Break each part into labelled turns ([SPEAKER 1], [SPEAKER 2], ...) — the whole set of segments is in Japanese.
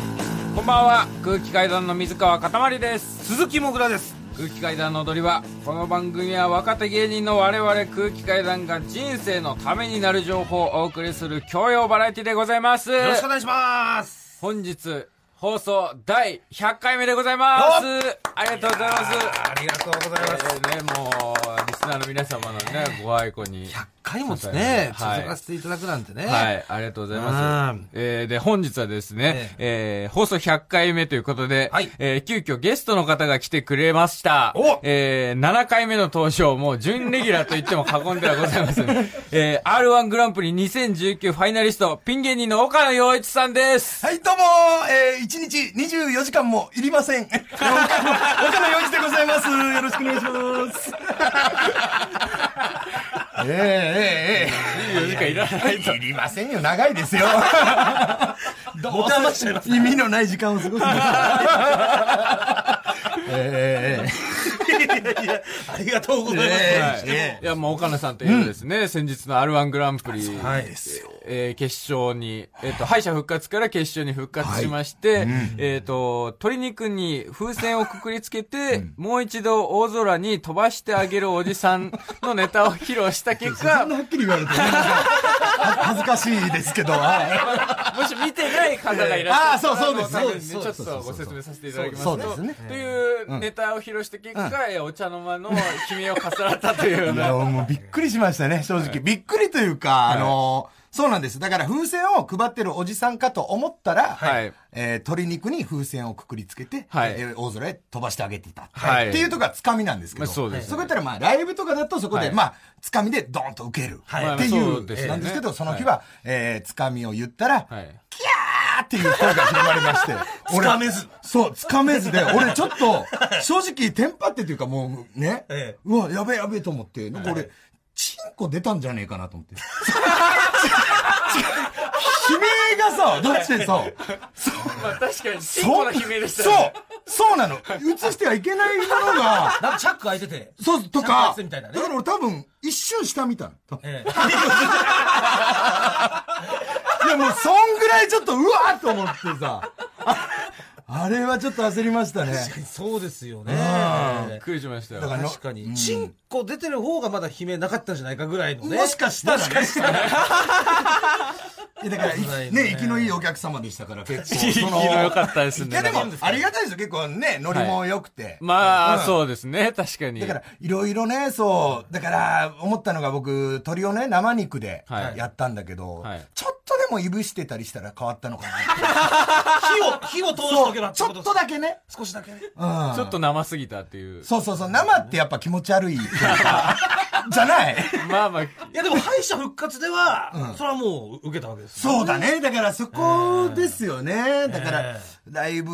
[SPEAKER 1] んばんは空気階段の水川かたまりです
[SPEAKER 2] 鈴木もぐらです
[SPEAKER 1] 空気階段の踊り場この番組は若手芸人の我々空気階段が人生のためになる情報をお送りする教養バラエティでございます
[SPEAKER 2] よろしくお願いします
[SPEAKER 1] 本日放送第100回目でございますありがとうございます
[SPEAKER 2] ありがとうございます、
[SPEAKER 1] えーねもうリスナーの皆様のねご愛顧に
[SPEAKER 2] 100回もですね、
[SPEAKER 1] はい
[SPEAKER 2] 続かせていただくなんてね、
[SPEAKER 1] はい、ありがとうございま
[SPEAKER 2] う
[SPEAKER 1] す
[SPEAKER 2] ん。
[SPEAKER 1] えーで、本日はですね、えー放送100回目ということで、
[SPEAKER 2] はい
[SPEAKER 1] えー急遽ゲストの方が来てくれました。
[SPEAKER 2] お
[SPEAKER 1] えー7回目の登場、もう準レギュラーと言っても過言ではございません。えー R1 グランプリ2019ファイナリスト、ピン芸人の岡野陽一さんです。
[SPEAKER 3] はい、どうもえー、1日24時間もいりま せん。岡野洋一でございます。よろしくお願いします。 えええ
[SPEAKER 1] 24時間いらない。
[SPEAKER 3] えええいりませんよ、長いです よ。どうせ意味のない時間を過ごすんです よえええええ
[SPEAKER 2] ありがとうございます、
[SPEAKER 3] え
[SPEAKER 1] はい
[SPEAKER 3] ね
[SPEAKER 1] いや、もう岡野さんといえばですね、先日の R1 グランプリ、
[SPEAKER 2] は
[SPEAKER 3] え
[SPEAKER 2] い
[SPEAKER 3] ですよ。
[SPEAKER 1] えー決勝に、えっ、と、敗者復活から決勝に復活しまして、えっ、と、鶏肉に風船をくくりつけて、もう一度大空に飛ばしてあげるおじさんのネタを披露した結
[SPEAKER 3] そ
[SPEAKER 1] 果、
[SPEAKER 3] ん
[SPEAKER 1] も
[SPEAKER 3] なはっきり言われてね、なんかは恥ずかしいですけど、はい
[SPEAKER 1] し見てない方がいらっしゃ
[SPEAKER 3] あーそうそうです
[SPEAKER 1] らの中にね
[SPEAKER 3] そ
[SPEAKER 1] ちょ
[SPEAKER 3] うで
[SPEAKER 1] っ
[SPEAKER 3] す
[SPEAKER 1] とご説明させていただきます
[SPEAKER 3] そ
[SPEAKER 1] と、
[SPEAKER 3] うですね
[SPEAKER 1] というネタを披露した結果、えーお茶の間の悲鳴を重なったというよう
[SPEAKER 3] い
[SPEAKER 1] な
[SPEAKER 3] や、もうびっくりしましたね、正直。びっくりというか、あのーそうなんです。だから風船を配ってるおじさんかと思ったら、
[SPEAKER 1] はい
[SPEAKER 3] えー鶏肉に風船をくくりつけて、
[SPEAKER 1] はい
[SPEAKER 3] えー大空へ飛ばしてあげていた。
[SPEAKER 1] はい
[SPEAKER 3] っていうとこがつかみなんですけど、
[SPEAKER 1] まあそうですね
[SPEAKER 3] こやったらまあライブとかだとそこで、
[SPEAKER 1] はい
[SPEAKER 3] まあ、つかみでドーンと受ける。
[SPEAKER 1] い
[SPEAKER 3] ってい、
[SPEAKER 1] まあそううですね
[SPEAKER 3] なんですけど、その日は、えーつかみを言ったら、
[SPEAKER 1] はい。
[SPEAKER 3] キャーっていう声が広まりまして。
[SPEAKER 2] つかめず
[SPEAKER 3] 俺。そう、つかめずで、俺ちょっと、正直、テンパってというかもうね、
[SPEAKER 2] ええ
[SPEAKER 3] うわ、やべえやべえと思って、なんか俺、チンコ出たんじゃねえかなと思って。悲鳴がさ、だってさ、
[SPEAKER 1] まあ確かに、真
[SPEAKER 3] そ
[SPEAKER 1] 構
[SPEAKER 3] う
[SPEAKER 1] の悲鳴でした
[SPEAKER 3] そ
[SPEAKER 1] ね。
[SPEAKER 3] う、そうなの。映してはいけないものが、
[SPEAKER 2] なんかチャック開いてて
[SPEAKER 3] そう、と
[SPEAKER 2] チャック開い
[SPEAKER 3] か
[SPEAKER 2] て、みたいなね
[SPEAKER 3] だから俺多分、一瞬下見たの。
[SPEAKER 2] え
[SPEAKER 3] いやもうそんぐらいちょっとうわーっと思ってさああれはちょっと焦りましたね
[SPEAKER 2] えそうですよね、
[SPEAKER 1] びっくりしましたよ。
[SPEAKER 3] だから
[SPEAKER 2] 確かに、チンコ出てる方がまだ悲鳴なかったんじゃないかぐらいのね
[SPEAKER 3] もしかしたらねいやだからい
[SPEAKER 2] 危ないよね
[SPEAKER 3] ね生きのいいお客様でしたから結構
[SPEAKER 1] 息
[SPEAKER 3] その
[SPEAKER 1] の良かったです
[SPEAKER 3] い
[SPEAKER 1] ね
[SPEAKER 3] や。でもありがたいですよ結構ねノリも良くて、
[SPEAKER 1] まあ、
[SPEAKER 3] うん
[SPEAKER 1] そうですね、確かに。
[SPEAKER 3] だからいろいろねそうだから思ったのが僕鶏をね生肉で
[SPEAKER 1] はい
[SPEAKER 3] やったんだけど、
[SPEAKER 1] はい
[SPEAKER 3] ちょっとでもいぶしてたりしたら変わったのかな
[SPEAKER 2] 火を火を通し
[SPEAKER 3] そ
[SPEAKER 2] と
[SPEAKER 3] う
[SPEAKER 2] けばって
[SPEAKER 3] ちょ
[SPEAKER 2] こ
[SPEAKER 3] っ
[SPEAKER 2] と
[SPEAKER 3] とだけね、
[SPEAKER 2] 少しだけね
[SPEAKER 3] うん、
[SPEAKER 1] ちょっと生すぎたっていう。
[SPEAKER 3] そうそうそう、生ってやっぱ気持ち悪いというか。じゃない
[SPEAKER 1] まあまあ、
[SPEAKER 2] いやでも敗者復活では、それはもう受けたわけですよ
[SPEAKER 3] そうだね。だからそこですよね。だから、
[SPEAKER 2] え
[SPEAKER 3] ライブ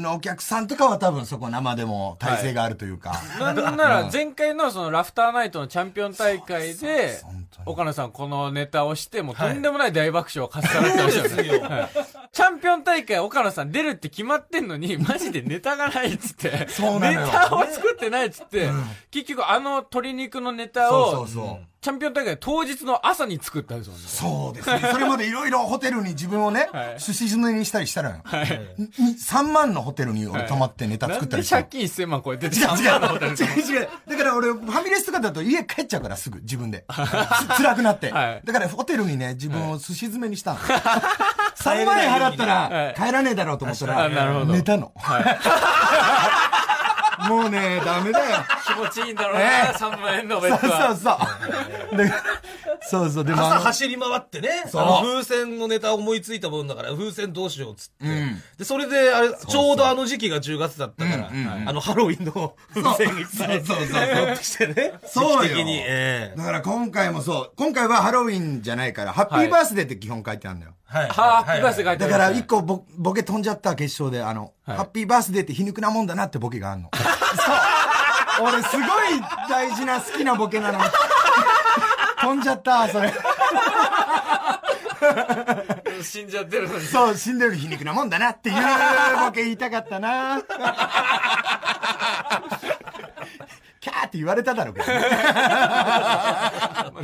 [SPEAKER 3] のお客さんとかは多分そこ生でも体勢があるというか。
[SPEAKER 1] なんなら前回のそのラフターナイトのチャンピオン大会で
[SPEAKER 3] 本当、に
[SPEAKER 1] 岡野さんこのネタをして、もうとんでもない大爆笑を重なってましたよね。はいチャンピオン大会岡野さん出るって決まってんのに、マジでネタがないっつって、ネ
[SPEAKER 3] そうなのよ
[SPEAKER 1] タを作ってないっつって、結局あの鶏肉のネタ
[SPEAKER 3] そうそ
[SPEAKER 1] を
[SPEAKER 3] う、そう。
[SPEAKER 1] チャンピオン大会当日の朝に作ったんですもんね。
[SPEAKER 3] そうですね。それまでいろいろホテルに自分をね
[SPEAKER 1] はい、
[SPEAKER 3] 出資済みにしたりしたのよ。に3万のホテルに俺泊まってネタ
[SPEAKER 1] な
[SPEAKER 3] 作っ
[SPEAKER 1] ん
[SPEAKER 3] た
[SPEAKER 1] で
[SPEAKER 3] りした
[SPEAKER 1] 借
[SPEAKER 3] の。
[SPEAKER 1] 金1000万超えて
[SPEAKER 3] 違う違う違う違う。だから俺、ファミレスとかだと家帰っちゃうからすぐ、自分で。つ辛くなって。
[SPEAKER 1] はい
[SPEAKER 3] だからホテルにね、自分を寿司詰め にしたの。3万円払った
[SPEAKER 1] はい
[SPEAKER 3] ら、帰らねえだろうと思った
[SPEAKER 1] あなるほど
[SPEAKER 3] ら、寝たの。 もうね、ダメだ よ。
[SPEAKER 1] 気持ちいいんだろうな、3万円のお弁
[SPEAKER 3] そ
[SPEAKER 1] 当
[SPEAKER 3] うそう
[SPEAKER 1] は。
[SPEAKER 3] そう。でそうそう、でも
[SPEAKER 2] 朝
[SPEAKER 3] あの、
[SPEAKER 2] 走り回ってね、
[SPEAKER 3] そう
[SPEAKER 2] あの風船のネタ思いついたもんだから、風船どうしようっつって。で、それで、あれ、ちょうどあの時期が10月だったから、あの、ハロウィンの風船いっぱい
[SPEAKER 3] そうそうそうそう
[SPEAKER 2] 持ってきてね。
[SPEAKER 3] そう
[SPEAKER 2] 時
[SPEAKER 3] よ
[SPEAKER 2] 期的に。ええ
[SPEAKER 3] だから今回もそう、今回はハロウィンじゃないから、ハッピーバースデーって基本書いてあるんだよ。
[SPEAKER 2] はい。
[SPEAKER 1] ハッピーバースデー書いてあ
[SPEAKER 3] だ
[SPEAKER 1] る
[SPEAKER 3] から一個ボボケ飛んじゃった決勝で、あの、ハッピーバースデーって皮肉なもんだなってボケがあんの。そう。俺すごい大事な好きなボケなの。飛んじゃった、それ。
[SPEAKER 1] 死んじゃってるのに。
[SPEAKER 3] そう、死んでる皮肉なもんだなっていうボケ言いたかったな。キャーって言われただろうけどね。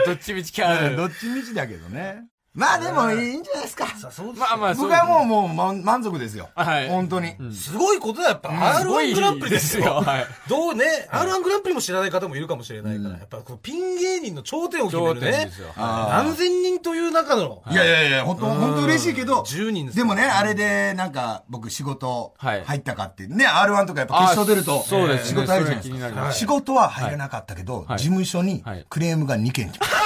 [SPEAKER 1] どっちみちキャラ
[SPEAKER 3] どっちみちだけどね。まあでもいいんじゃないですか。
[SPEAKER 2] さあそうですよ
[SPEAKER 1] まあまあ、
[SPEAKER 3] 僕はもう、もう満満足ですよ。
[SPEAKER 1] はい
[SPEAKER 3] 本当に。
[SPEAKER 2] すごいことだよやっぱ
[SPEAKER 1] すご
[SPEAKER 2] R1
[SPEAKER 1] い
[SPEAKER 2] グランプリですよ。
[SPEAKER 1] はい。
[SPEAKER 2] どうね、R1 グランプリも知らない方もいるかもしれないから、やっぱこうピン芸人の頂点を決め
[SPEAKER 1] 頂
[SPEAKER 2] る
[SPEAKER 1] 点
[SPEAKER 2] ね
[SPEAKER 1] ですよ。。
[SPEAKER 3] あ
[SPEAKER 2] 何千人という中の、
[SPEAKER 3] あいやいやいや、本当本当嬉しいけど、
[SPEAKER 2] 10人です
[SPEAKER 3] でもね、あれで、なんか、僕仕事
[SPEAKER 1] はい
[SPEAKER 3] 入ったかって、ね、R1 とかやっぱ決勝出ると、
[SPEAKER 1] あそうですね
[SPEAKER 3] 仕事入るじゃない
[SPEAKER 1] それ気にな
[SPEAKER 3] です
[SPEAKER 1] り
[SPEAKER 3] か。
[SPEAKER 1] ます
[SPEAKER 3] 仕事は入らなかったけど、
[SPEAKER 1] はい
[SPEAKER 3] 事務所に
[SPEAKER 1] はい
[SPEAKER 3] クレームが2件来ました。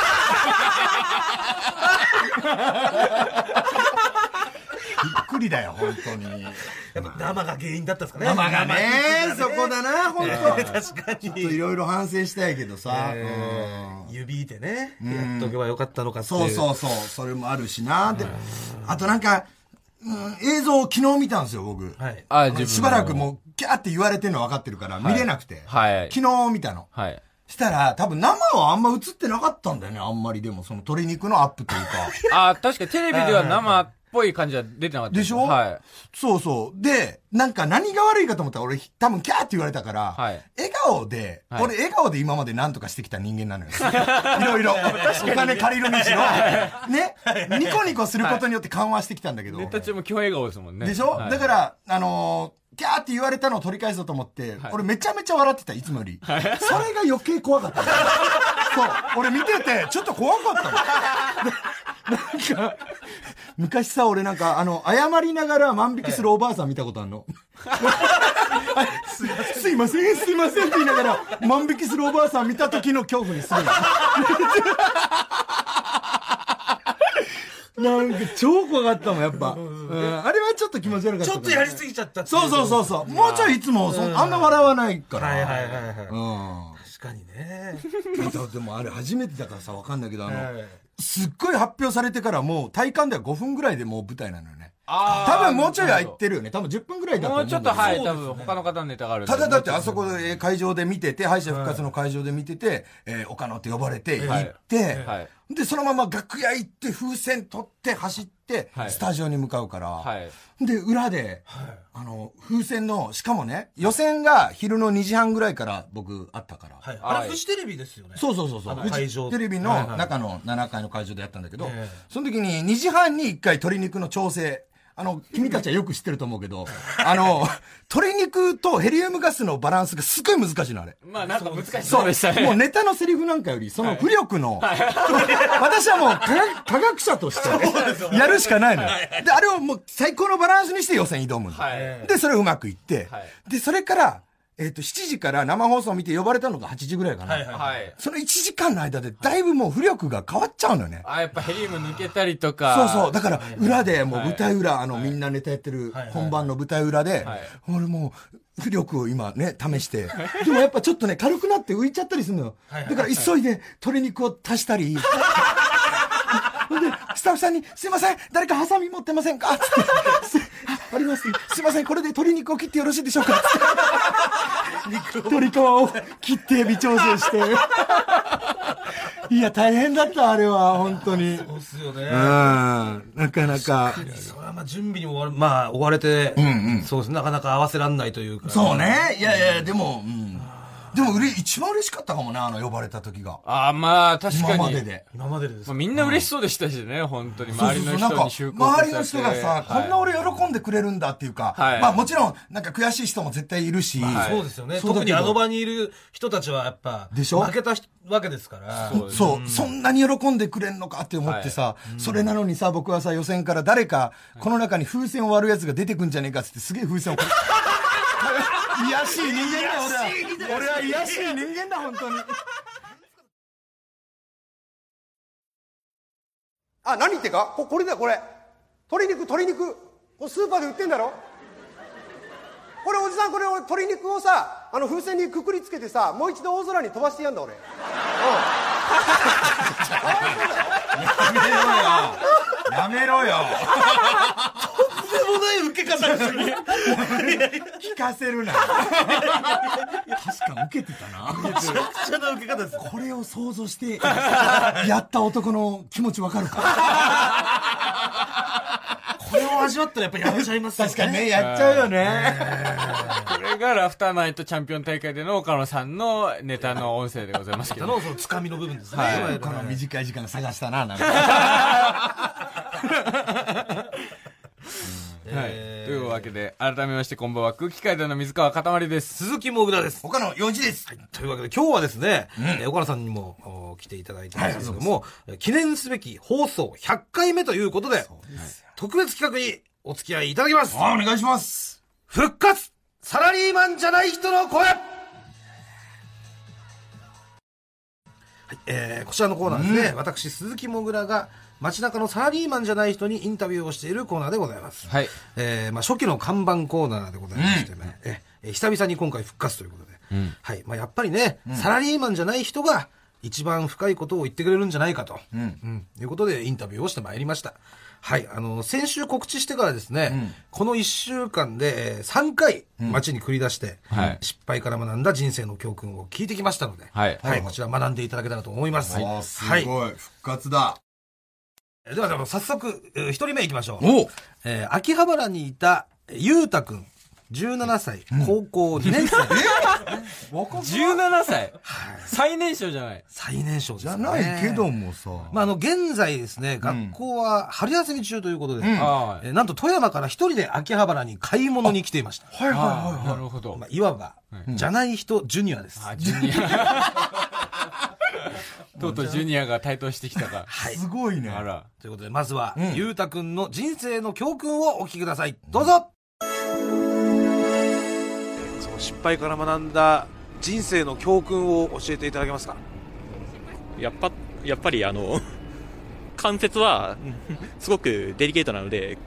[SPEAKER 3] びっくりだよ、本当に。
[SPEAKER 2] やっぱ生が原因だったんですかね。
[SPEAKER 3] 生がね、そこだな、本当。
[SPEAKER 2] 確か
[SPEAKER 3] ちょっとい
[SPEAKER 2] に。
[SPEAKER 3] ろいろ反省したいけどさ、うん
[SPEAKER 2] 指いてね、やっとけばよかったのかっていう。
[SPEAKER 3] そうそうそうそれもあるしなであとなんか、うん、映像を昨日見たんですよ僕、
[SPEAKER 2] はい。
[SPEAKER 1] あ、自分の
[SPEAKER 3] しばらくもうキャーって言われてるの分かってるから見れなくて、
[SPEAKER 1] はい
[SPEAKER 3] 昨日見たの
[SPEAKER 1] はい。
[SPEAKER 3] したら多分生はあんま映ってなかったんだよねあんまりでもその鶏肉のアップと いうか
[SPEAKER 1] あ、確かにテレビでは生っぽい感じは出てなかった
[SPEAKER 3] でしょ、
[SPEAKER 1] はい。
[SPEAKER 3] そうそうでなんか何が悪いかと思ったら俺多分キャーって言われたから、
[SPEAKER 1] はい
[SPEAKER 3] 笑顔で、
[SPEAKER 1] はい
[SPEAKER 3] 俺笑顔で今まで何とかしてきた人間なの よいろいろお金借りるにしろねニコニコすることによって緩和してきたんだけど、
[SPEAKER 1] ネタ中も基本笑顔ですもんね。
[SPEAKER 3] でしょ、
[SPEAKER 1] はい
[SPEAKER 3] だから、あのー、キャーって言われたのを取り返そうと思って、
[SPEAKER 1] はい
[SPEAKER 3] 俺めちゃめちゃ笑ってた、いつもより。それが余計怖かった。そう。俺見てて、ちょっと怖かったの。ななんか、昔さ、俺なんか、あの、謝りながら万引きするおばあさん見たことあるの。すいません、すいませんって言いながら、万引きするおばあさん見た時の恐怖にすごい。なんか超怖かったもん、やっぱ。うん、あれはちょっと気持ち悪かった
[SPEAKER 2] ち
[SPEAKER 3] か
[SPEAKER 2] ょ
[SPEAKER 3] ら。
[SPEAKER 2] っとやりすぎちゃったってい
[SPEAKER 3] そうそうそうそう。もうちょいいつもそん、あんま笑わないから。
[SPEAKER 2] はいはいはいはい。
[SPEAKER 3] う
[SPEAKER 2] 確かにね。
[SPEAKER 3] ん。でもでもあれ初めてだからさ、わかんないけど、あ
[SPEAKER 2] は
[SPEAKER 3] の、
[SPEAKER 2] い
[SPEAKER 3] すっごい発表されてからもう体感では5分ぐらいでもう舞台なのよね。
[SPEAKER 1] あー
[SPEAKER 3] 多分もうちょい空いてるよね。多分10分ぐらいだと
[SPEAKER 1] も
[SPEAKER 3] 思う
[SPEAKER 1] うんちょ
[SPEAKER 3] だ
[SPEAKER 1] っ
[SPEAKER 3] け
[SPEAKER 1] と、
[SPEAKER 3] ど。
[SPEAKER 1] はい、多
[SPEAKER 2] そうですね
[SPEAKER 1] 分他の方のネタがあるんで
[SPEAKER 3] ただだってあそこで会場で見てて、敗者復活の会場で見てて、えー岡野って呼ばれて行
[SPEAKER 1] はい
[SPEAKER 3] って
[SPEAKER 1] はい、
[SPEAKER 3] で、そのまま楽屋行って風船取って走って
[SPEAKER 1] は、い
[SPEAKER 3] スタジオに向かうから。
[SPEAKER 1] はい。
[SPEAKER 3] で、裏で、あの、風船の、しかもね、予選が昼の2時半ぐらいから僕あったから。
[SPEAKER 2] はい。
[SPEAKER 1] はい
[SPEAKER 2] あれ、フジテレビですよね。
[SPEAKER 3] そうそうそうそ
[SPEAKER 2] あ
[SPEAKER 3] う。
[SPEAKER 2] の
[SPEAKER 3] フジ
[SPEAKER 2] 会場
[SPEAKER 3] テレビ
[SPEAKER 2] はいは
[SPEAKER 3] の
[SPEAKER 2] い
[SPEAKER 3] 中の7階の会場でやったんだけど、
[SPEAKER 2] ええ
[SPEAKER 3] その時に2時半に1回鶏肉の調整。あの、君たちはよく知ってると思うけど、あの、鶏肉とヘリウムガスのバランスがすごい難しいの、あれ。
[SPEAKER 1] まあなんか難しそうでした
[SPEAKER 3] もう
[SPEAKER 1] ね。
[SPEAKER 3] ネタのセリフなんかより、その浮力の、私はもう科学科学者としてやるしかないのよ。で、あれをもう最高のバランスにして予選挑むの。
[SPEAKER 1] はい。
[SPEAKER 3] で、それうまくいって、
[SPEAKER 1] はい
[SPEAKER 3] で、それから、えっ、と、7時から生放送を見て呼ばれたのが8時ぐらいかな。
[SPEAKER 2] はいはい
[SPEAKER 1] はい。
[SPEAKER 3] その1時間の間で、だいぶもう浮力が変わっちゃうのよね。
[SPEAKER 1] あ、やっぱヘリウム抜けたりと
[SPEAKER 3] そう
[SPEAKER 1] か。
[SPEAKER 3] そう。だから、裏で、もう
[SPEAKER 1] はい
[SPEAKER 3] 舞台裏、あの、みんなネタやってる
[SPEAKER 2] はい、
[SPEAKER 3] 本番の舞台裏で
[SPEAKER 1] はい、
[SPEAKER 3] 俺もう、浮力を今ね、試して。でもやっぱちょっとね、軽くなって浮いちゃったりするのよ。
[SPEAKER 2] はいはい
[SPEAKER 3] だから急いで、鶏肉を足したり。 ほんで、スタッフさんに、すいません、誰かハサミ持ってませんかつってすああります。すいません、これで鶏肉を切ってよろしいでしょうかつって鶏皮を切って微調整 して。いや、大変だった、あれは、本当に。
[SPEAKER 2] そうっすよ
[SPEAKER 3] う
[SPEAKER 2] ね。
[SPEAKER 3] んなかなか。
[SPEAKER 2] それはまあ準備にも追われ、まあ追われて、そうですね。なかなか合わせらんないというか。
[SPEAKER 3] そうね。いやいや、でも、うん。でも、うれ、一番嬉しかったかもな、あの、呼ばれた時が。
[SPEAKER 1] あ、まあ確かに。
[SPEAKER 3] 今までで。
[SPEAKER 2] 今までです
[SPEAKER 1] まあ、。みんな嬉しそうでしたしね、本当に。
[SPEAKER 3] そう
[SPEAKER 1] 周
[SPEAKER 3] そう
[SPEAKER 1] りの
[SPEAKER 3] そう、なん
[SPEAKER 1] 人
[SPEAKER 3] か、
[SPEAKER 1] に就活さ
[SPEAKER 3] 周
[SPEAKER 1] れ
[SPEAKER 3] り
[SPEAKER 1] て
[SPEAKER 3] の人がさ、
[SPEAKER 1] はい
[SPEAKER 3] こんな俺喜んでくれるんだっていうか、
[SPEAKER 1] はい
[SPEAKER 3] まあもちろん、なんか悔しい人も絶対いるし、
[SPEAKER 1] はい
[SPEAKER 2] そうですよね。
[SPEAKER 3] そうだ
[SPEAKER 2] 特
[SPEAKER 3] け
[SPEAKER 2] に
[SPEAKER 3] ど
[SPEAKER 2] あの場にいる人たちはやっぱ、
[SPEAKER 3] でしょ
[SPEAKER 2] 負けた人わけですから。
[SPEAKER 1] そうです
[SPEAKER 3] そう、そんなに喜んでくれんのかって思ってさ、それなのにさ、僕はさ、予選から誰か、この中に風船を割るやつが出てくんじゃねえかっつって、すげえ風船を。いやしい人間だ、俺は。俺はいやしい人間だ、本当に。
[SPEAKER 4] あ、何言ってかここれだよ、これ。鶏肉、鶏肉。これスーパーで売ってんだろこれおじさん、これ俺鶏肉をさ、あの風船にくくりつけてさ、もう一度大空に飛ばしてやんだ、俺。うん。
[SPEAKER 3] やめろよ。
[SPEAKER 2] とんでもない受け方ですよね。
[SPEAKER 3] 聞かせるな。確か受けてたな。
[SPEAKER 2] めちゃくちゃな受け方です。
[SPEAKER 3] これを想像して、やった男の気持ちわかるか。
[SPEAKER 2] これを味わったらやっぱやめちゃいますよね。
[SPEAKER 3] ね、やっちゃうよね。
[SPEAKER 1] これがラフターナイトチャンピオン大会での岡野さんのネタの音 声でございますけ
[SPEAKER 2] あ
[SPEAKER 1] ど。
[SPEAKER 2] の、そのつかみの部分ですね。
[SPEAKER 1] はい
[SPEAKER 2] いわゆる
[SPEAKER 3] この
[SPEAKER 2] ね
[SPEAKER 3] 短い時間探したな、なんか。
[SPEAKER 1] はい。というわけで、改めましてこんばんは、空気階段の水川かたまりです。
[SPEAKER 2] 鈴木もぐらです。
[SPEAKER 3] 他の4時です。
[SPEAKER 2] というわけで今日はですね、えー岡野さんにもお来ていただいてますけれども、えー記念すべき放送100回目ということで、特別企画にお付き合いいただきます。
[SPEAKER 3] あお願いします。
[SPEAKER 2] 復活サラリーマンじゃない人の声はいえーこちらのコーナーですね、私鈴木もぐらが街中のサラリーマンじゃない人にインタビューをしているコーナーでございます、
[SPEAKER 1] はい。
[SPEAKER 2] えーまあ、初期の看板コーナーでございましてね、ええ久々に今回復活ということで、はいまあ、やっぱりね、サラリーマンじゃない人が一番深いことを言ってくれるんじゃないかと、うんということでインタビューをしてまいりました。はい、あの先週告知してからですね、この1週間でえー3回街に繰り出して、
[SPEAKER 1] はい
[SPEAKER 2] 失敗から学んだ人生の教訓を聞いてきましたので、
[SPEAKER 1] はい
[SPEAKER 2] こちら学んでいただけたらと思います。
[SPEAKER 3] あーすごい。復活だ。
[SPEAKER 2] ではでは早速、えー、1人目いきましょう。
[SPEAKER 3] お
[SPEAKER 2] えー秋葉原にいた、えーゆうたくん、17歳、高校2 年生。
[SPEAKER 1] 17歳最年少じゃない。
[SPEAKER 2] 最年少です、
[SPEAKER 3] じ
[SPEAKER 2] ね。
[SPEAKER 3] ゃないけど。もさ。
[SPEAKER 2] まあ、あの、現在ですね、学校は春休み中ということで、え
[SPEAKER 1] は
[SPEAKER 2] ーなんと富山から一人で秋葉原に買い物に来ていました。
[SPEAKER 3] はいはい
[SPEAKER 1] ああ、なるほど
[SPEAKER 2] まあ、。いわば、じゃない人ジュニアです。
[SPEAKER 1] あ、ジ ュニア。とうとうジュニアが台頭してきたか。
[SPEAKER 2] はい。
[SPEAKER 3] すごいね。
[SPEAKER 1] あら。
[SPEAKER 2] ということで、まずは、ゆうたくんの人生の教訓をお聞きください。どうぞ、その失敗から学んだ人生の教訓を教えていただけますか
[SPEAKER 5] やっぱ、やっぱりあの、 関節は、すごくデリケートなので、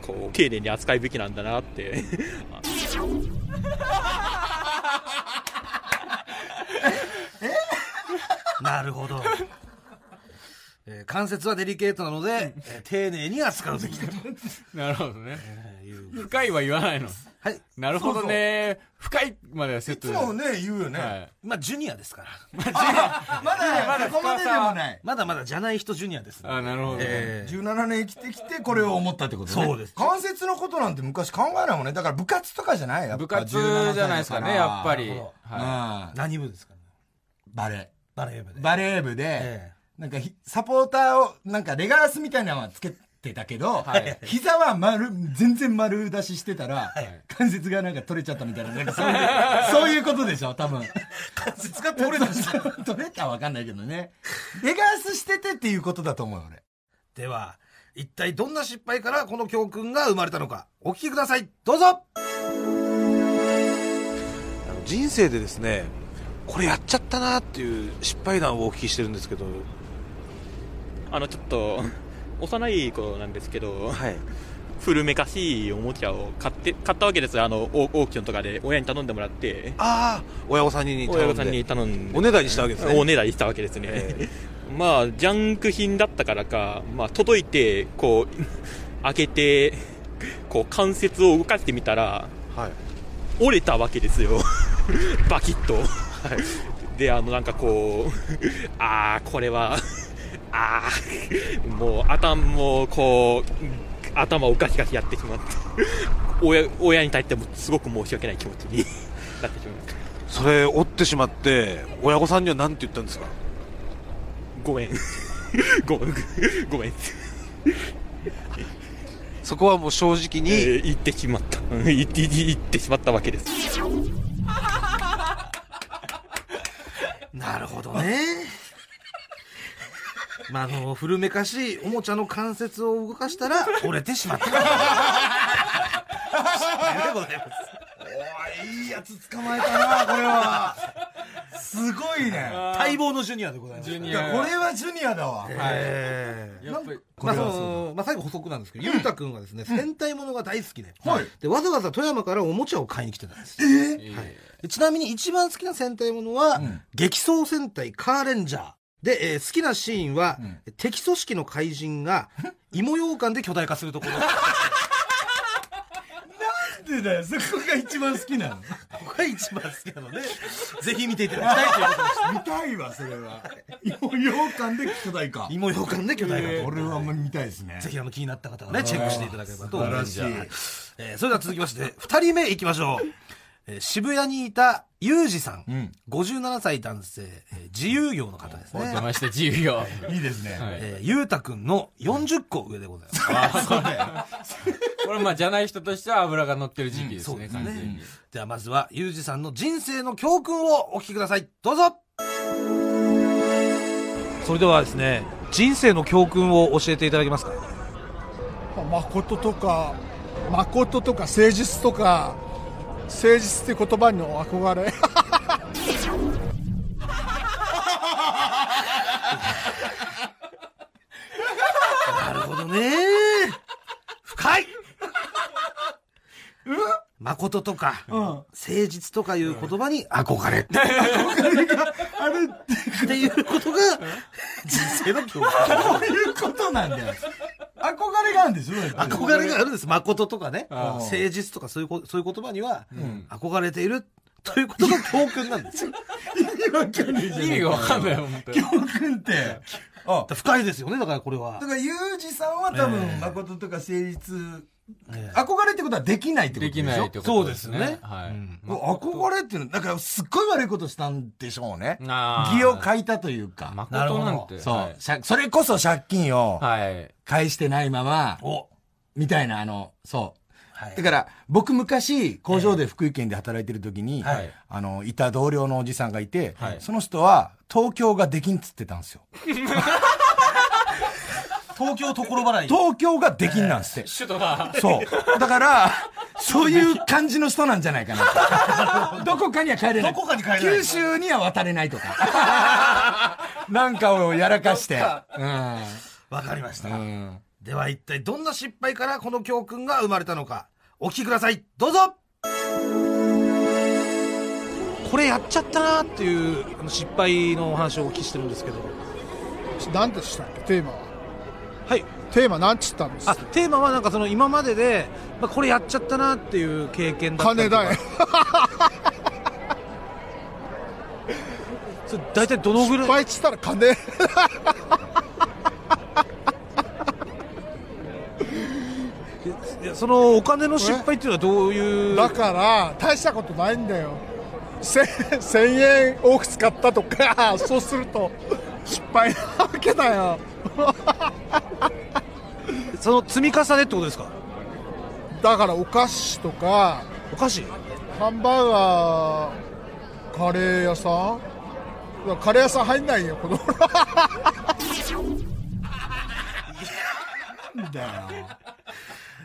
[SPEAKER 5] こう、丁寧に扱うべきなんだなって。
[SPEAKER 2] なるほど。えー関節はデリケートなので、えー丁寧に扱うべきだと
[SPEAKER 1] なるほどね。
[SPEAKER 2] いう。
[SPEAKER 1] 深いは言わないの。
[SPEAKER 2] はい。
[SPEAKER 1] なるほどね。深いまではセッ
[SPEAKER 3] い
[SPEAKER 1] ト
[SPEAKER 3] つ
[SPEAKER 1] で。
[SPEAKER 3] もね、言うよね。
[SPEAKER 1] はい。
[SPEAKER 2] まあ、ジュニアですから。
[SPEAKER 3] まだ、まだ、ここまででもない。
[SPEAKER 2] まだまだじゃない人ジュニアです、
[SPEAKER 1] あなるほどね。
[SPEAKER 2] えー
[SPEAKER 3] 17年生きてきてこれを思ったってことね。
[SPEAKER 2] そうです
[SPEAKER 3] 関節のことなんて昔考えないもんね。だから部活とかじゃないやっぱ
[SPEAKER 1] 部活じゃないですかね、やっぱり。
[SPEAKER 2] なるほ
[SPEAKER 1] は
[SPEAKER 3] 17歳だからうん
[SPEAKER 2] 何部ですかね
[SPEAKER 3] バレー。
[SPEAKER 2] バレー部で。
[SPEAKER 3] バレー部で、
[SPEAKER 2] え
[SPEAKER 3] なんかひサポーターを、なんかレガースみたいなのはつけてたけど、
[SPEAKER 1] はい
[SPEAKER 3] 膝は丸、全然丸出ししてたら、
[SPEAKER 2] い
[SPEAKER 3] 関節がなんか取れちゃったみたいな、なんかそう いう、そういうことでしょ、多分。
[SPEAKER 2] 関節が取れた
[SPEAKER 3] 取れたはわかんないけどね。レガースしててっていうことだと思うよ、俺。
[SPEAKER 2] では、一体どんな失敗からこの教訓が生まれたのか、お聞きください。どうぞ
[SPEAKER 6] 人生でですねこれやっちゃったなっていう失敗談をお聞きしてるんですけど
[SPEAKER 5] あの、ちょっと、幼い頃なんですけど、
[SPEAKER 6] はい
[SPEAKER 5] 古めかしいおもちゃを買って、買ったわけですよあの、オーオークションとかで親に頼んでもらって、
[SPEAKER 6] ああ親御さんに頼んで
[SPEAKER 5] 親御さんに頼んで。
[SPEAKER 6] おねだりしたわけですね
[SPEAKER 5] おねだりしたわけですね。
[SPEAKER 6] え
[SPEAKER 5] まあ、ジャンク品だったからか、まあ、届いて、こう、 開けて、こう、関節を動かしてみたら、
[SPEAKER 6] はい
[SPEAKER 5] 折れたわけです よ。バキッと。で、あの、なんかこう、 あー、これは、 あー、もう、頭も、こう、頭をガシガシやってしまって、親、親に対してもすごく申し訳ない気持ちになってしまいました。
[SPEAKER 6] それ折ってしまって親御さんには何て言ったんですか
[SPEAKER 5] ごめん。 ごめん。ごめん。
[SPEAKER 6] そこはもう正直に、
[SPEAKER 5] えー言ってしまった。 うん言って、言ってしまったわけです。
[SPEAKER 2] なるほどね。まあ、あの、古めかしいおもちゃの関節を動かしたら折れてしまった。失 敗でございます。
[SPEAKER 3] おいいやつ捕まえたな、これは。すごいね。
[SPEAKER 2] 待望のジュニアでございま
[SPEAKER 1] い。
[SPEAKER 2] す。
[SPEAKER 1] ジュ
[SPEAKER 3] い
[SPEAKER 1] ニ
[SPEAKER 3] や、
[SPEAKER 1] ア。
[SPEAKER 3] これはジュニアだわ。
[SPEAKER 2] ええ
[SPEAKER 1] やっぱり、
[SPEAKER 2] ま
[SPEAKER 3] これ
[SPEAKER 2] あ、そ
[SPEAKER 3] はそうだ
[SPEAKER 2] の、まあ、最後補足なんですけど、ゆうたくんはですね、戦隊ものが大好きで、
[SPEAKER 3] はい
[SPEAKER 2] で、わざわざ富山からおもちゃを買いに来てたんです。
[SPEAKER 1] はい
[SPEAKER 2] でちなみに一番好きな戦隊ものは、激走戦隊カーレンジャー。で、えー好きなシーンは、敵組織の怪人が、芋羊羹で巨大化するところ。
[SPEAKER 3] なんでだよ、そこが一番好きなの。
[SPEAKER 2] ここが一番好きなので、ぜひ見ていただきたいと いうことで
[SPEAKER 3] 見たいわ、それは。洋館で巨大化。
[SPEAKER 2] 芋羊羹で巨大化ということで
[SPEAKER 3] 俺はあんまり見たいですね。
[SPEAKER 2] ぜひあの気になった方はね、チェックしていただければと
[SPEAKER 3] 素
[SPEAKER 2] 思い
[SPEAKER 3] 晴
[SPEAKER 2] ま
[SPEAKER 3] ら
[SPEAKER 2] す。
[SPEAKER 3] しい。
[SPEAKER 2] えーそれでは続きまして、二人目いきましょう。えー渋谷にいたユージさん、
[SPEAKER 3] ん
[SPEAKER 2] 57歳男性、えー自由業の方ですね
[SPEAKER 1] 出。ました、自由業。
[SPEAKER 3] いいですね。
[SPEAKER 1] はい
[SPEAKER 2] えー、ゆうたくんの40個上でございます。
[SPEAKER 3] そうね。
[SPEAKER 1] これ、まあ、じゃない人としては油が乗ってる時期ですね、完全に。
[SPEAKER 2] ではまずは、ゆうじさんの人生の教訓をお聞きください。どうぞ
[SPEAKER 7] それではですね人生の教訓を教えていただけますか
[SPEAKER 8] 誠とか誠とか誠実とか誠実って言葉の憧れ
[SPEAKER 2] なるほどね。深い誠とか、誠実とかいう言葉に 憧れ。
[SPEAKER 3] あれ、
[SPEAKER 2] っていうことが、人生の教訓。
[SPEAKER 3] こういうことなんだよ。憧れがあるんでしょ
[SPEAKER 2] 憧れがあるんです。誠とかね。
[SPEAKER 3] ああ
[SPEAKER 2] 誠実とかそういうこ、そういう言葉には、憧れているということが教訓なん です。
[SPEAKER 1] 意味がわかんない、本当に。
[SPEAKER 3] 教訓って。あ、
[SPEAKER 2] 深いですよね、だからこれは
[SPEAKER 3] だ。から、ユージさんは多分、誠とか誠実、憧れってことはできないってこと
[SPEAKER 1] で
[SPEAKER 3] でし
[SPEAKER 1] き
[SPEAKER 3] ょ
[SPEAKER 1] ないってことです
[SPEAKER 2] そうです
[SPEAKER 1] ね
[SPEAKER 2] ね。
[SPEAKER 1] は
[SPEAKER 3] うわ憧れっていうの、なんかすっごい悪いことしたんでしょうね。
[SPEAKER 1] あー
[SPEAKER 3] 義を書いたというか。
[SPEAKER 1] なるほどなんて
[SPEAKER 3] そう、
[SPEAKER 1] はい
[SPEAKER 3] 借それこそ借金を
[SPEAKER 1] い。はい。
[SPEAKER 3] 返してないまま、みたいな、あの、そう。だから、僕昔、工場で福井県で働いてる時に、
[SPEAKER 1] はい
[SPEAKER 3] あの、いた同僚のおじさんがいて、
[SPEAKER 1] はい
[SPEAKER 3] その人は、東京ができんっつってたんですよ。
[SPEAKER 2] 東京所払い。
[SPEAKER 3] 東京ができんなんですって。
[SPEAKER 1] 首都が。
[SPEAKER 3] そう。だから、そういう感じの人なんじゃないかな。どこかには帰れない。
[SPEAKER 9] どこかに帰れない
[SPEAKER 3] 九州には渡れないとか。 なんかをやらかして。うん。
[SPEAKER 2] わかりました
[SPEAKER 3] う。ん。
[SPEAKER 2] では一体どんな失敗からこの教訓が生まれたのかお聞きくださいどうぞ
[SPEAKER 7] これやっちゃったなっていうあの失敗のお話をお聞きしてるんですけど
[SPEAKER 8] 何でしたっけテーマは
[SPEAKER 7] はい
[SPEAKER 8] テーマ何つったんです
[SPEAKER 7] あテーマはなんかその今までで、まあ、これやっちゃったなっていう経験だった
[SPEAKER 8] 金
[SPEAKER 7] りとか
[SPEAKER 8] だよ
[SPEAKER 7] それ大体どのぐら
[SPEAKER 8] 失
[SPEAKER 7] い
[SPEAKER 8] 敗っつったら金
[SPEAKER 7] いやそのお金の失敗っていうのはどういう
[SPEAKER 8] だから大したことないんだよせ1000円多く使ったとか そうすると失敗なわけだよ
[SPEAKER 7] その積み重ねってことですか
[SPEAKER 8] だからお菓子とか
[SPEAKER 7] お菓子
[SPEAKER 8] ハンバーガーカレー屋さんいやカレー屋さん入んないよこの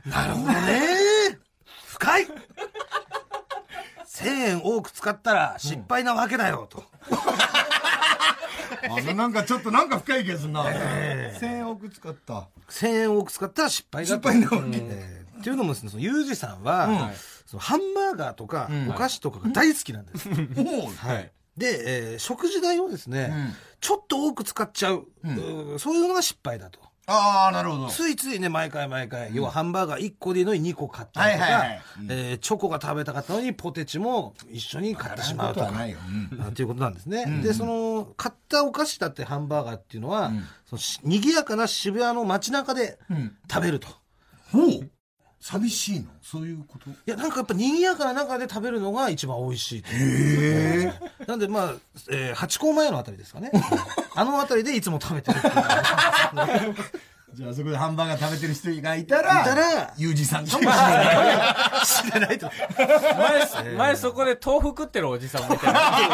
[SPEAKER 2] なるほどね深い1000円多く使ったら失敗なわけだよと、
[SPEAKER 3] あのなんかちょっとなんか深い気がするな。1000億使った。
[SPEAKER 2] 1000円多く使ったら失敗だと
[SPEAKER 3] 失敗なわけ
[SPEAKER 2] えーっていうのもですねそのユージさんは、そのハンバーガーとか、お菓子とかが大好きなんです、
[SPEAKER 1] はい。
[SPEAKER 2] で、えー食事代をですね、ちょっと多く使っちゃう、うーそういうのが失敗だと
[SPEAKER 3] ああ、なるほど。
[SPEAKER 2] ついついね、毎回毎回、要はハンバーガー1個でいいのに2個買ったりと
[SPEAKER 3] はいはいは
[SPEAKER 2] か
[SPEAKER 3] いうん、
[SPEAKER 2] えーチョコが食べたかったのにポテチも一緒に買ってしまうとか、
[SPEAKER 3] いよ。うん
[SPEAKER 2] あということなんですね。で、その、買ったお菓子だってハンバーガーっていうのは、そのし賑やかな渋谷の街中で食べると。
[SPEAKER 3] ほう寂しいのそういうこと
[SPEAKER 2] いや、なんかやっぱ賑やかな中で食べるのが一番美味しいと。なんでまあ、えー、八甲前のあたりです かね。あのあたりでいつも食べてるっていう。
[SPEAKER 3] じゃあそこでハンバーガー食べてる人がいた
[SPEAKER 2] いたら
[SPEAKER 3] ら、ユージさんかもしれない。
[SPEAKER 2] 知らないと。
[SPEAKER 1] 前、 前そこで豆腐食ってるおじさんみたいな。
[SPEAKER 2] はい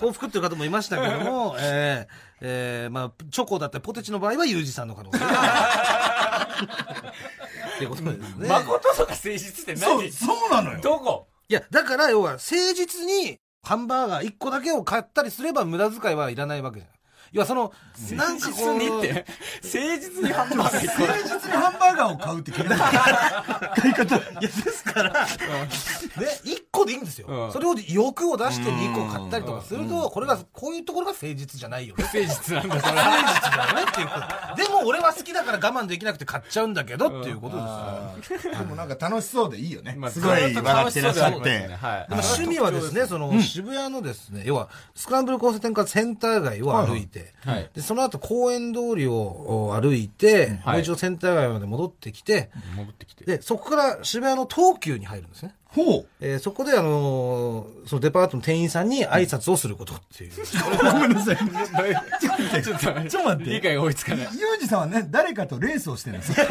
[SPEAKER 2] 豆腐食ってる方もいましたけど も、えーえーまあ、チョコだったりポテチの場合はユージさんの可能性が。 ってことですね。
[SPEAKER 1] 誠とか誠実って
[SPEAKER 3] そう、
[SPEAKER 1] 何
[SPEAKER 3] そうなのよ。
[SPEAKER 1] どこ
[SPEAKER 2] いや、だから要は誠実にハンバーガー1個だけを買ったりすれば無駄遣いはいらないわけじゃん。いや、その、なんか
[SPEAKER 1] 誠
[SPEAKER 2] こ
[SPEAKER 1] 実
[SPEAKER 2] う、
[SPEAKER 1] にって。誠実にハンバーガー行こ
[SPEAKER 3] 誠実にハンバーガーを買うって聞いたことない
[SPEAKER 2] いや、ですから、ね、1個でいいんですよ。
[SPEAKER 1] うん
[SPEAKER 2] それを欲を出して2個買ったりとかすると、これが、こういうところが誠実じゃないよ
[SPEAKER 1] う
[SPEAKER 2] ね。
[SPEAKER 1] 誠実なんだ、それ。
[SPEAKER 2] 誠実だよねっていうこと。 でも俺は好きだから我慢できなくて買っちゃうんだけどっていうことですよ。
[SPEAKER 3] でもなんか楽しそうでいいよね
[SPEAKER 1] まあ
[SPEAKER 3] すごい笑ってらっしゃ
[SPEAKER 1] ずと楽しそ
[SPEAKER 3] っ
[SPEAKER 1] うではありますね
[SPEAKER 3] て。
[SPEAKER 1] はい
[SPEAKER 2] で。も趣味はですね、その、渋谷のですね、要は、スクランブル交差点からセンター街を歩いて、
[SPEAKER 1] はいはい
[SPEAKER 2] で、その後公園通りをお歩いて、
[SPEAKER 1] はい
[SPEAKER 2] もう一度センター街まで戻ってきて、
[SPEAKER 1] 戻ってきて。
[SPEAKER 2] で、そこから渋谷の東急に入るんですね。
[SPEAKER 10] ほう。
[SPEAKER 2] えーそこで、あのーそのデパートの店員さんに挨拶をすることっていう。
[SPEAKER 10] ごめんな さい。ちょっと待って。
[SPEAKER 1] ちょっと待って
[SPEAKER 10] ちょっと待って
[SPEAKER 1] 理解が追いつかない。
[SPEAKER 10] ユージさんはね、誰かとレースをしてるん ですよ。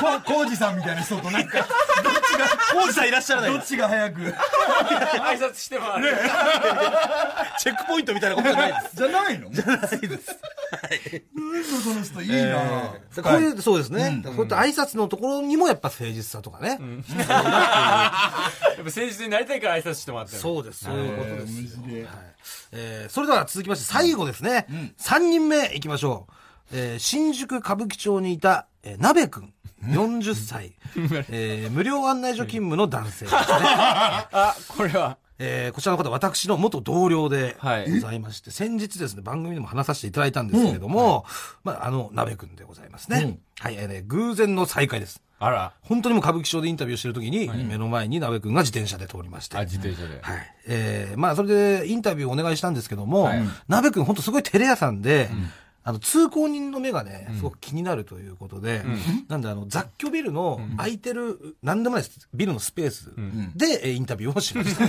[SPEAKER 10] こコウジさんみたいな人となんか、どっちが、
[SPEAKER 3] コウジさんいらっしゃらない
[SPEAKER 10] どっちが早く。
[SPEAKER 1] 挨拶して回る。
[SPEAKER 3] チェックポイントみたいなことじゃないです
[SPEAKER 10] じゃないのじゃないです。なんだこの人、いいな、
[SPEAKER 2] だからこういう、そうですね。だからこういった挨拶のところにもやっぱ誠実さとかね。
[SPEAKER 1] やっぱ誠実になりたいから挨拶してもらってる。
[SPEAKER 2] そうです。そういうことですよ。はいえーそれでは続きまして最後ですね。三3人目いきましょう。えー新宿歌舞伎町にいた、えー、鍋くん。40歳、 えー無料案内所勤務の男性ですね。
[SPEAKER 1] あ、これは。
[SPEAKER 2] えーこちらの方、私の元同僚で
[SPEAKER 1] はい
[SPEAKER 2] ございまして、先日ですね、番組でも話させていただいたんですけれども、まあ、あの、鍋くんでございますね。はい、えーね、偶然の再会です。
[SPEAKER 1] あら。
[SPEAKER 2] 本当にもう歌舞伎町でインタビューしてる時に、目の前に鍋くんが自転車で通りまして。
[SPEAKER 1] あ、自転車で。
[SPEAKER 2] はい。えー、まあ、それでインタビューをお願いしたんですけども、なべくん本当すごい照れ屋さんで、あの、通行人の目がね、すごく気になるということで、なんであの、雑居ビルの空いてる、なんでもないです、ビルのスペースで、えーインタビューをしま した。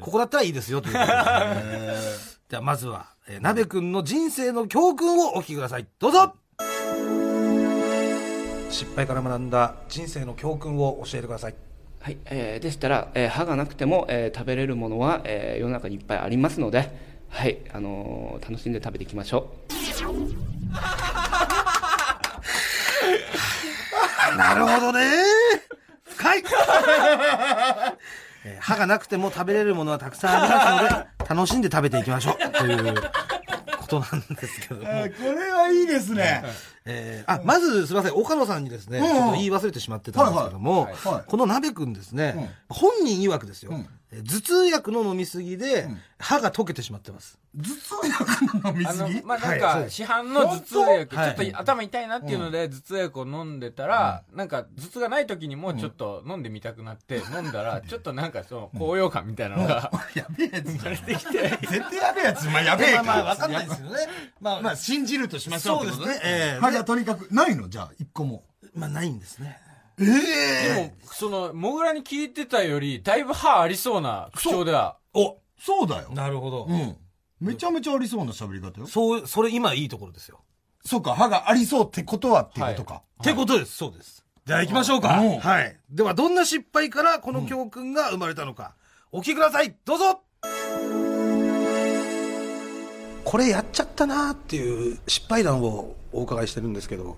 [SPEAKER 2] ここだったらいいですよ、ということで。では、まずは、えー、なべくんの人生の教訓をお聞きください。どうぞ失敗から学んだ人生の教訓を教えてください。
[SPEAKER 11] はい、えーでしたら、えー歯がなくても、えー食べれるものは、えー世の中にいっぱいありますので、はい、あのー楽しんで食べていきましょう。
[SPEAKER 2] なるほどね。深い、えー歯がなくても食べれるものはたくさんありますので、楽しんで食べていきましょ う。ということなんですけども。
[SPEAKER 10] これはいいですね。
[SPEAKER 2] えーあ、まずすみません、岡野さんにですね、ちょっと言い忘れてしまってたんですけども、この鍋くんですね、本人曰くですよ、えー頭痛薬の飲みすぎで、歯が溶けてしまってます。
[SPEAKER 10] 頭痛薬の飲み
[SPEAKER 1] あ
[SPEAKER 10] す
[SPEAKER 1] の
[SPEAKER 10] ぎ、
[SPEAKER 1] まあ、なんか、市販の頭痛薬、ちょ
[SPEAKER 10] はい
[SPEAKER 1] っと頭痛いなっていうので、頭痛薬を飲んでたら、なんか、頭痛がない時にもちょっと飲んでみたくなって、飲んだら、ちょっとなんかその、高揚感みたいなのが、
[SPEAKER 10] やべえやつじゃん。
[SPEAKER 1] できて、
[SPEAKER 10] 絶対やべえやつ。まあ、やべえか。
[SPEAKER 2] まあ、わかんないですよね。まあ、まあ、
[SPEAKER 3] 信じるとしましょう
[SPEAKER 2] そう
[SPEAKER 3] って
[SPEAKER 2] で
[SPEAKER 3] こと
[SPEAKER 2] すね。え
[SPEAKER 10] 歯がとにかく、ないのじゃあ、一個も。
[SPEAKER 2] ーまあ、ないんですね。
[SPEAKER 1] でも、その、モグラに聞いてたより、だいぶ歯ありそうな口調では、
[SPEAKER 10] おそうだよ。
[SPEAKER 2] なるほど
[SPEAKER 10] うん。めちゃめちゃありそうな喋り方よ。
[SPEAKER 2] そう、それ今いいところですよ。
[SPEAKER 10] そうか、歯がありそうってことはっていうことか。
[SPEAKER 2] ってことです、そうです。じゃあ行きましょうか。はい。では、どんな失敗からこの教訓が生まれたのか、お聞きください。どうぞ
[SPEAKER 4] これやっちゃったなっていう失敗談をお伺いしてるんですけど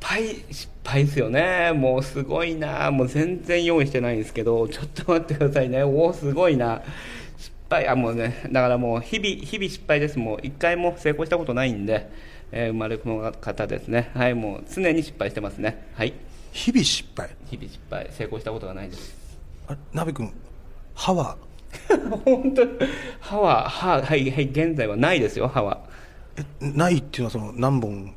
[SPEAKER 11] パイ失敗ですよね。もうすごいな。もう全然用意してないんですけど、ちょっと待ってくださいね。おお、すごいな。失敗、あ、もうね、だからもう日々、日々失敗です。もう一回も成功したことないんで、えー生まれこの方ですね。はい、もう常に失敗してますね。はい、
[SPEAKER 4] 日々失敗
[SPEAKER 11] 日々失敗、成功したことがないです。
[SPEAKER 4] あれ鍋くん歯は
[SPEAKER 11] 本当に歯は歯はいはい現在はないですよ歯は
[SPEAKER 4] ないっていうのはその何本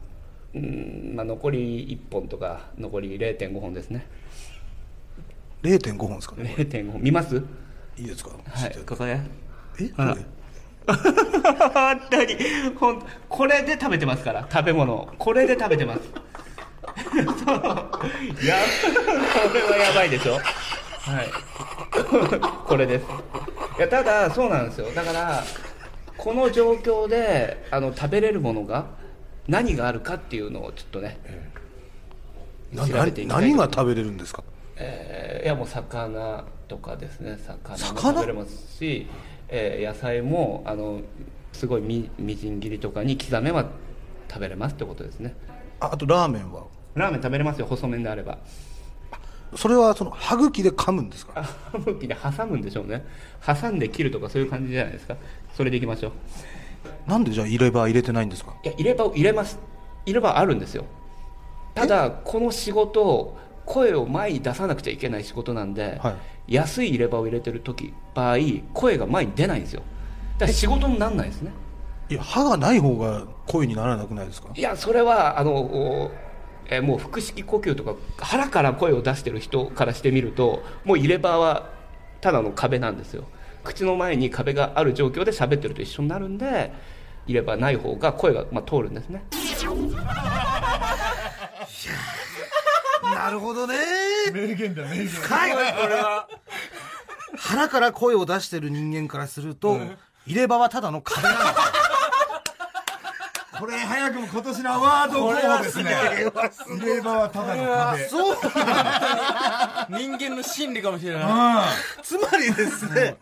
[SPEAKER 11] うんまあ残り1本とか残り0.5本ですね
[SPEAKER 4] 0.5本ですかね
[SPEAKER 11] 0.5本見ます
[SPEAKER 4] いいですか
[SPEAKER 11] はいここで
[SPEAKER 4] え
[SPEAKER 11] あら
[SPEAKER 4] これ
[SPEAKER 11] 本当にほんこれで食べてますから食べ物をこれで食べてますそうやこれはやばいでしょはいこれですいやただそうなんですよだからこの状況であの食べれるものが何があるかっていうのをちょっとね、
[SPEAKER 4] な
[SPEAKER 11] 調べてい
[SPEAKER 4] 何
[SPEAKER 11] きたいと思いま
[SPEAKER 4] が
[SPEAKER 11] す
[SPEAKER 4] 食べれるんですか
[SPEAKER 11] えーいやもう魚とかですね魚も
[SPEAKER 4] 魚
[SPEAKER 11] 食べれますし、えー野菜もあのすごいみみじん切りとかに刻めは食べれますってことですね
[SPEAKER 4] ああとラーメンは
[SPEAKER 11] ラーメン食べれますよ細麺であれば
[SPEAKER 4] それはその歯茎で噛むんですか
[SPEAKER 11] あ歯茎で挟むんでしょうね挟んで切るとかそういう感じじゃないですかそれでいきましょう
[SPEAKER 4] なんでじゃあ入れ歯入れてないんですか
[SPEAKER 11] いや入れ歯を入れます入れ歯あるんですよただこの仕事を声を前に出さなくちゃいけない仕事なんで、
[SPEAKER 4] は
[SPEAKER 11] 安い入れ歯を入れてる時場合声が前に出ないんですよだから仕事にならないですね
[SPEAKER 4] いや歯がない方が声にならなくないですか
[SPEAKER 11] いやそれはあのおえーもう腹式呼吸とか腹から声を出してる人からしてみるともう入れ歯はただの壁なんですよ口の前に壁がある状況で喋ってると一緒になるんで入れ歯ない方が声が、まあ、通るんですね
[SPEAKER 2] なるほどね
[SPEAKER 8] 名言だ、名言。
[SPEAKER 2] 深い腹から声を出してる人間からすると、入れ歯はただの壁なんだ
[SPEAKER 10] これ早くも今年のアワード候補ですね。入れ歯はただの壁。
[SPEAKER 2] そう
[SPEAKER 1] 人間の心理かもしれない。
[SPEAKER 2] つまりですね、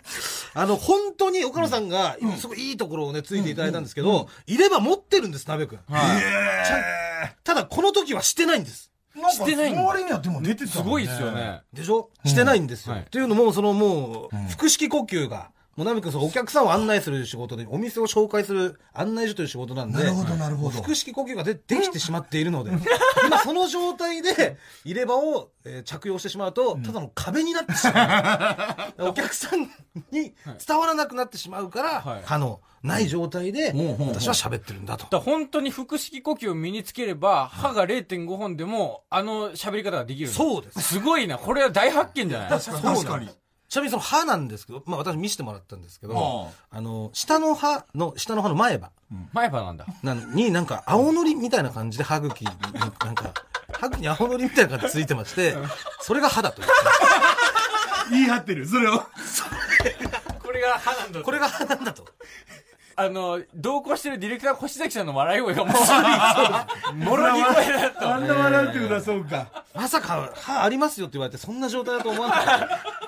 [SPEAKER 2] あの、本当に岡野さんが、すごいいいところをね、ついていただいたんですけど、入れ歯持ってるんです、鍋くん。ちゃんただ、この時はしてないんです。
[SPEAKER 10] なん
[SPEAKER 1] してないんだ
[SPEAKER 10] 周りにはでも出てたもんね。
[SPEAKER 1] すごいですよね。
[SPEAKER 2] でしょしてないんですよ。
[SPEAKER 1] はい
[SPEAKER 2] というのも、そのもう、腹式呼吸が、もう鍋くん、そのお客さんを案内する仕事で、お店を紹介する案内所という仕事なんで、
[SPEAKER 10] なるほど、なるほど。
[SPEAKER 2] 腹式呼吸がでできてしまっているので、今その状態で入れ歯を、えー着用してしまうと、ただの壁になってしま う。お客さんに伝わらなくなってしまうから、
[SPEAKER 1] はい
[SPEAKER 2] 可能ない状態で、
[SPEAKER 10] うん
[SPEAKER 2] 私は喋ってるんだと。
[SPEAKER 1] だから本当に腹式呼吸を身につければ、歯が0.5本でも、あの喋り方ができる。
[SPEAKER 2] そうです。
[SPEAKER 1] すごいな。これは大発見じゃない
[SPEAKER 10] 確かに。
[SPEAKER 2] ちなみにその歯なんですけど、まあ私見せてもらったんですけど
[SPEAKER 10] あ、
[SPEAKER 2] あの、下の歯の、下の歯の前歯
[SPEAKER 1] 前歯なんだ。
[SPEAKER 2] なのになんか青のりみたいな感じで歯茎に、なんか、歯茎に青のりみたいな感じでついてまして、それが歯だと言ってました
[SPEAKER 10] 言い張ってる、それを。
[SPEAKER 1] これが歯なんだ。
[SPEAKER 2] これが歯なんだと。
[SPEAKER 1] あの、同行してるディレクター越崎さんの笑い声がもう、もろに声だった。
[SPEAKER 10] あんな笑うってことはそうか。
[SPEAKER 2] まさか、歯ありますよって言われて、そんな状態だと思わなかっ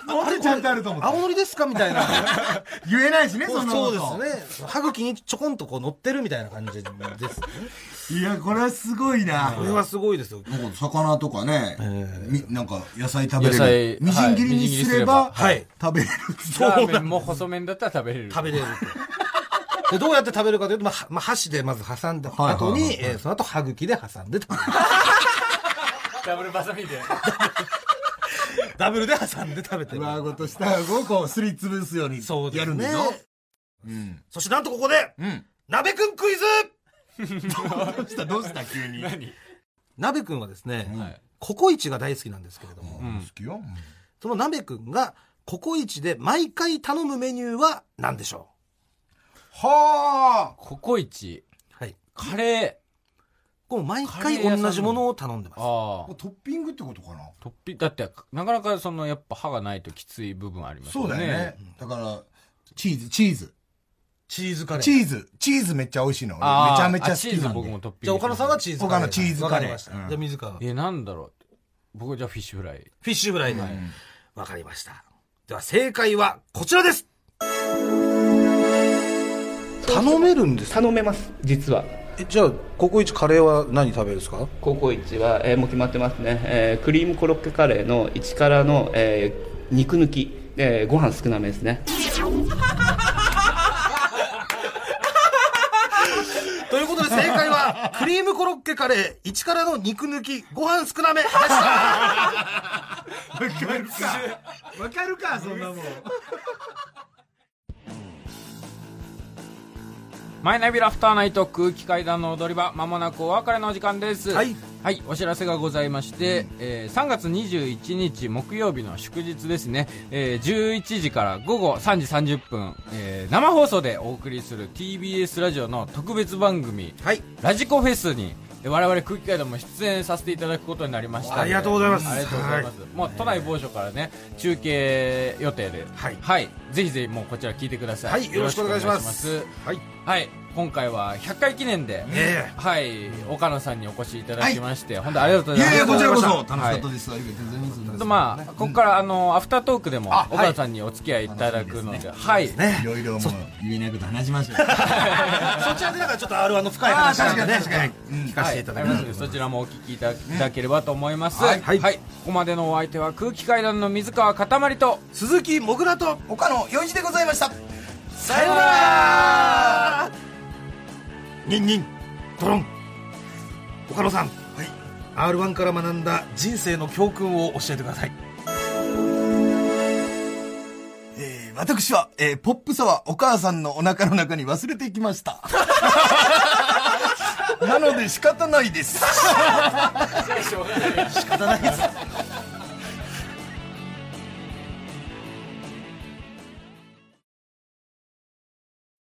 [SPEAKER 2] た。
[SPEAKER 10] もっとちゃんとあると思っ
[SPEAKER 2] 青のりですかみたいな。
[SPEAKER 10] た。言えないしね、そんなこ
[SPEAKER 2] そう
[SPEAKER 10] と。
[SPEAKER 2] ですね。歯茎にちょこんとこう乗ってるみたいな感じですね。
[SPEAKER 10] すね。いや、これはすごいな。
[SPEAKER 2] これはすごいですよ。
[SPEAKER 12] なんか魚とかね、みなんか野菜食べ
[SPEAKER 1] 野
[SPEAKER 12] れ
[SPEAKER 1] 菜
[SPEAKER 12] る。みじん切りにすれば、
[SPEAKER 2] はいみじん切りにすればはい
[SPEAKER 12] 食べれる。
[SPEAKER 1] ラーメンも細麺だったら食べれる。
[SPEAKER 2] 食べれると。 でどうやって食べるかというと、まあ、はまあ、箸でまず挟んだ
[SPEAKER 12] はいはい
[SPEAKER 2] 後
[SPEAKER 12] はい
[SPEAKER 2] に、えーその後歯茎で挟んで食べる、
[SPEAKER 1] ダブルバサミで。
[SPEAKER 2] ダブルで挟んで食べてる。
[SPEAKER 10] 上顎と下顎をこうすりつぶすように
[SPEAKER 2] そうですね
[SPEAKER 10] やるんでしょ
[SPEAKER 12] うん。
[SPEAKER 2] そしてなんとここで、
[SPEAKER 12] うん。
[SPEAKER 2] 鍋くんクイズ
[SPEAKER 10] どうしたどうした急に。
[SPEAKER 2] 鍋くんはですね、
[SPEAKER 1] はい
[SPEAKER 2] ココイチが大好きなんですけれども、
[SPEAKER 12] 好きよ。
[SPEAKER 2] その鍋くんがココイチで毎回頼むメニューは何でしょ
[SPEAKER 12] はあ。
[SPEAKER 1] ココイチ、
[SPEAKER 2] うはい。
[SPEAKER 1] カレ
[SPEAKER 2] こう毎
[SPEAKER 1] カレ
[SPEAKER 2] 回
[SPEAKER 1] ー屋さん
[SPEAKER 2] 同じものを頼んで
[SPEAKER 1] ー、
[SPEAKER 2] ます。
[SPEAKER 1] ああ。
[SPEAKER 12] トッピングってことかな。
[SPEAKER 1] トッピ、だって、なかなかその、やっぱ歯がないときつい部分あります
[SPEAKER 12] そ
[SPEAKER 1] よ
[SPEAKER 12] う
[SPEAKER 1] ね。
[SPEAKER 12] だよね。だから、チーズ、チーズ。
[SPEAKER 2] チーズカレー。
[SPEAKER 12] チーズ、チーズめっちゃ美味しいの。俺
[SPEAKER 1] あー
[SPEAKER 12] めちゃめちゃ
[SPEAKER 1] あ
[SPEAKER 12] 好
[SPEAKER 1] チ
[SPEAKER 12] き
[SPEAKER 1] ーズ
[SPEAKER 12] なん
[SPEAKER 1] 僕
[SPEAKER 12] で
[SPEAKER 1] も。トッピング。
[SPEAKER 2] じゃあ岡野さんはチーズカレー。
[SPEAKER 12] 岡野チーズカレー
[SPEAKER 2] わかりました。
[SPEAKER 12] うん
[SPEAKER 2] じゃあ水川。フ
[SPEAKER 1] え、なんだろう。僕はじゃあフィッシュフライ。
[SPEAKER 2] ィッシュフライに。わ、かりました。では正解はこちらです頼めるんです
[SPEAKER 11] 頼めます実は
[SPEAKER 2] じゃあ、ココイチカレーは何食べるんですか
[SPEAKER 11] 高校一は、えーもう決まってますね、えークリームコロッケカレーの一からの、えー肉抜き、えーご飯少なめですね
[SPEAKER 2] ということで正解は、 クリームコロッケカレー、1からの肉抜き、ご飯少なめでした。
[SPEAKER 10] わかるか。わかるか、そんなもん。
[SPEAKER 1] マイナビラフターナイト空気階段の踊り場まもなくお別れの時間です
[SPEAKER 2] はい、
[SPEAKER 1] はいお知らせがございまして、えー3月21日木曜日の祝日ですね、えー11時から午後3時30分、えー生放送でお送りする TBS ラジオの特別番組
[SPEAKER 2] はい。
[SPEAKER 1] ラジコフェスにえー我々空気階段も出演させていただくことになりましたので
[SPEAKER 2] ありがとうございます
[SPEAKER 1] ありがとうございます、もう都内某所からね中継予定では
[SPEAKER 2] はい
[SPEAKER 1] ぜひぜひもうこちら聞いてください
[SPEAKER 2] はいよろしくお願いします
[SPEAKER 1] よろくお願いし
[SPEAKER 2] はい。
[SPEAKER 1] はい、今回は100回記念で、
[SPEAKER 2] え
[SPEAKER 1] はい、岡野さんにお越しいただきまして、本当ありがとう
[SPEAKER 12] い
[SPEAKER 1] ござい
[SPEAKER 12] や
[SPEAKER 1] ま
[SPEAKER 12] い
[SPEAKER 1] す。
[SPEAKER 12] や、こちらこそ
[SPEAKER 1] は
[SPEAKER 12] 楽
[SPEAKER 1] い
[SPEAKER 12] しかったです。ありがとうございます。
[SPEAKER 1] ちょっとまあ、ここから、あの、アフタートークでも、岡野さんにお付き合いいただくので、はい。
[SPEAKER 12] ねいろいろもう言えないこと話しましょう。
[SPEAKER 2] そちらでなんかちょっと R1 の深い話なんでね、聞か
[SPEAKER 1] は
[SPEAKER 2] せ
[SPEAKER 1] い
[SPEAKER 2] ていただ
[SPEAKER 1] あ
[SPEAKER 2] き
[SPEAKER 1] りま
[SPEAKER 2] ますす
[SPEAKER 1] ので。そちらもお聞きいただければと思います。
[SPEAKER 2] はい
[SPEAKER 1] はい。ここまでのお相手は空気階段の水川かたまりと、
[SPEAKER 2] 鈴木もぐらと、
[SPEAKER 12] 岡野洋一でございました。
[SPEAKER 2] さようならニンニン、ドロン。岡野さん、はい。R1 から学んだ人生の教訓を教えてください。
[SPEAKER 12] えー私は、えーポップさはお母さんのお腹の中に忘れていきま した。なので仕方ないです。
[SPEAKER 2] 仕方ないです。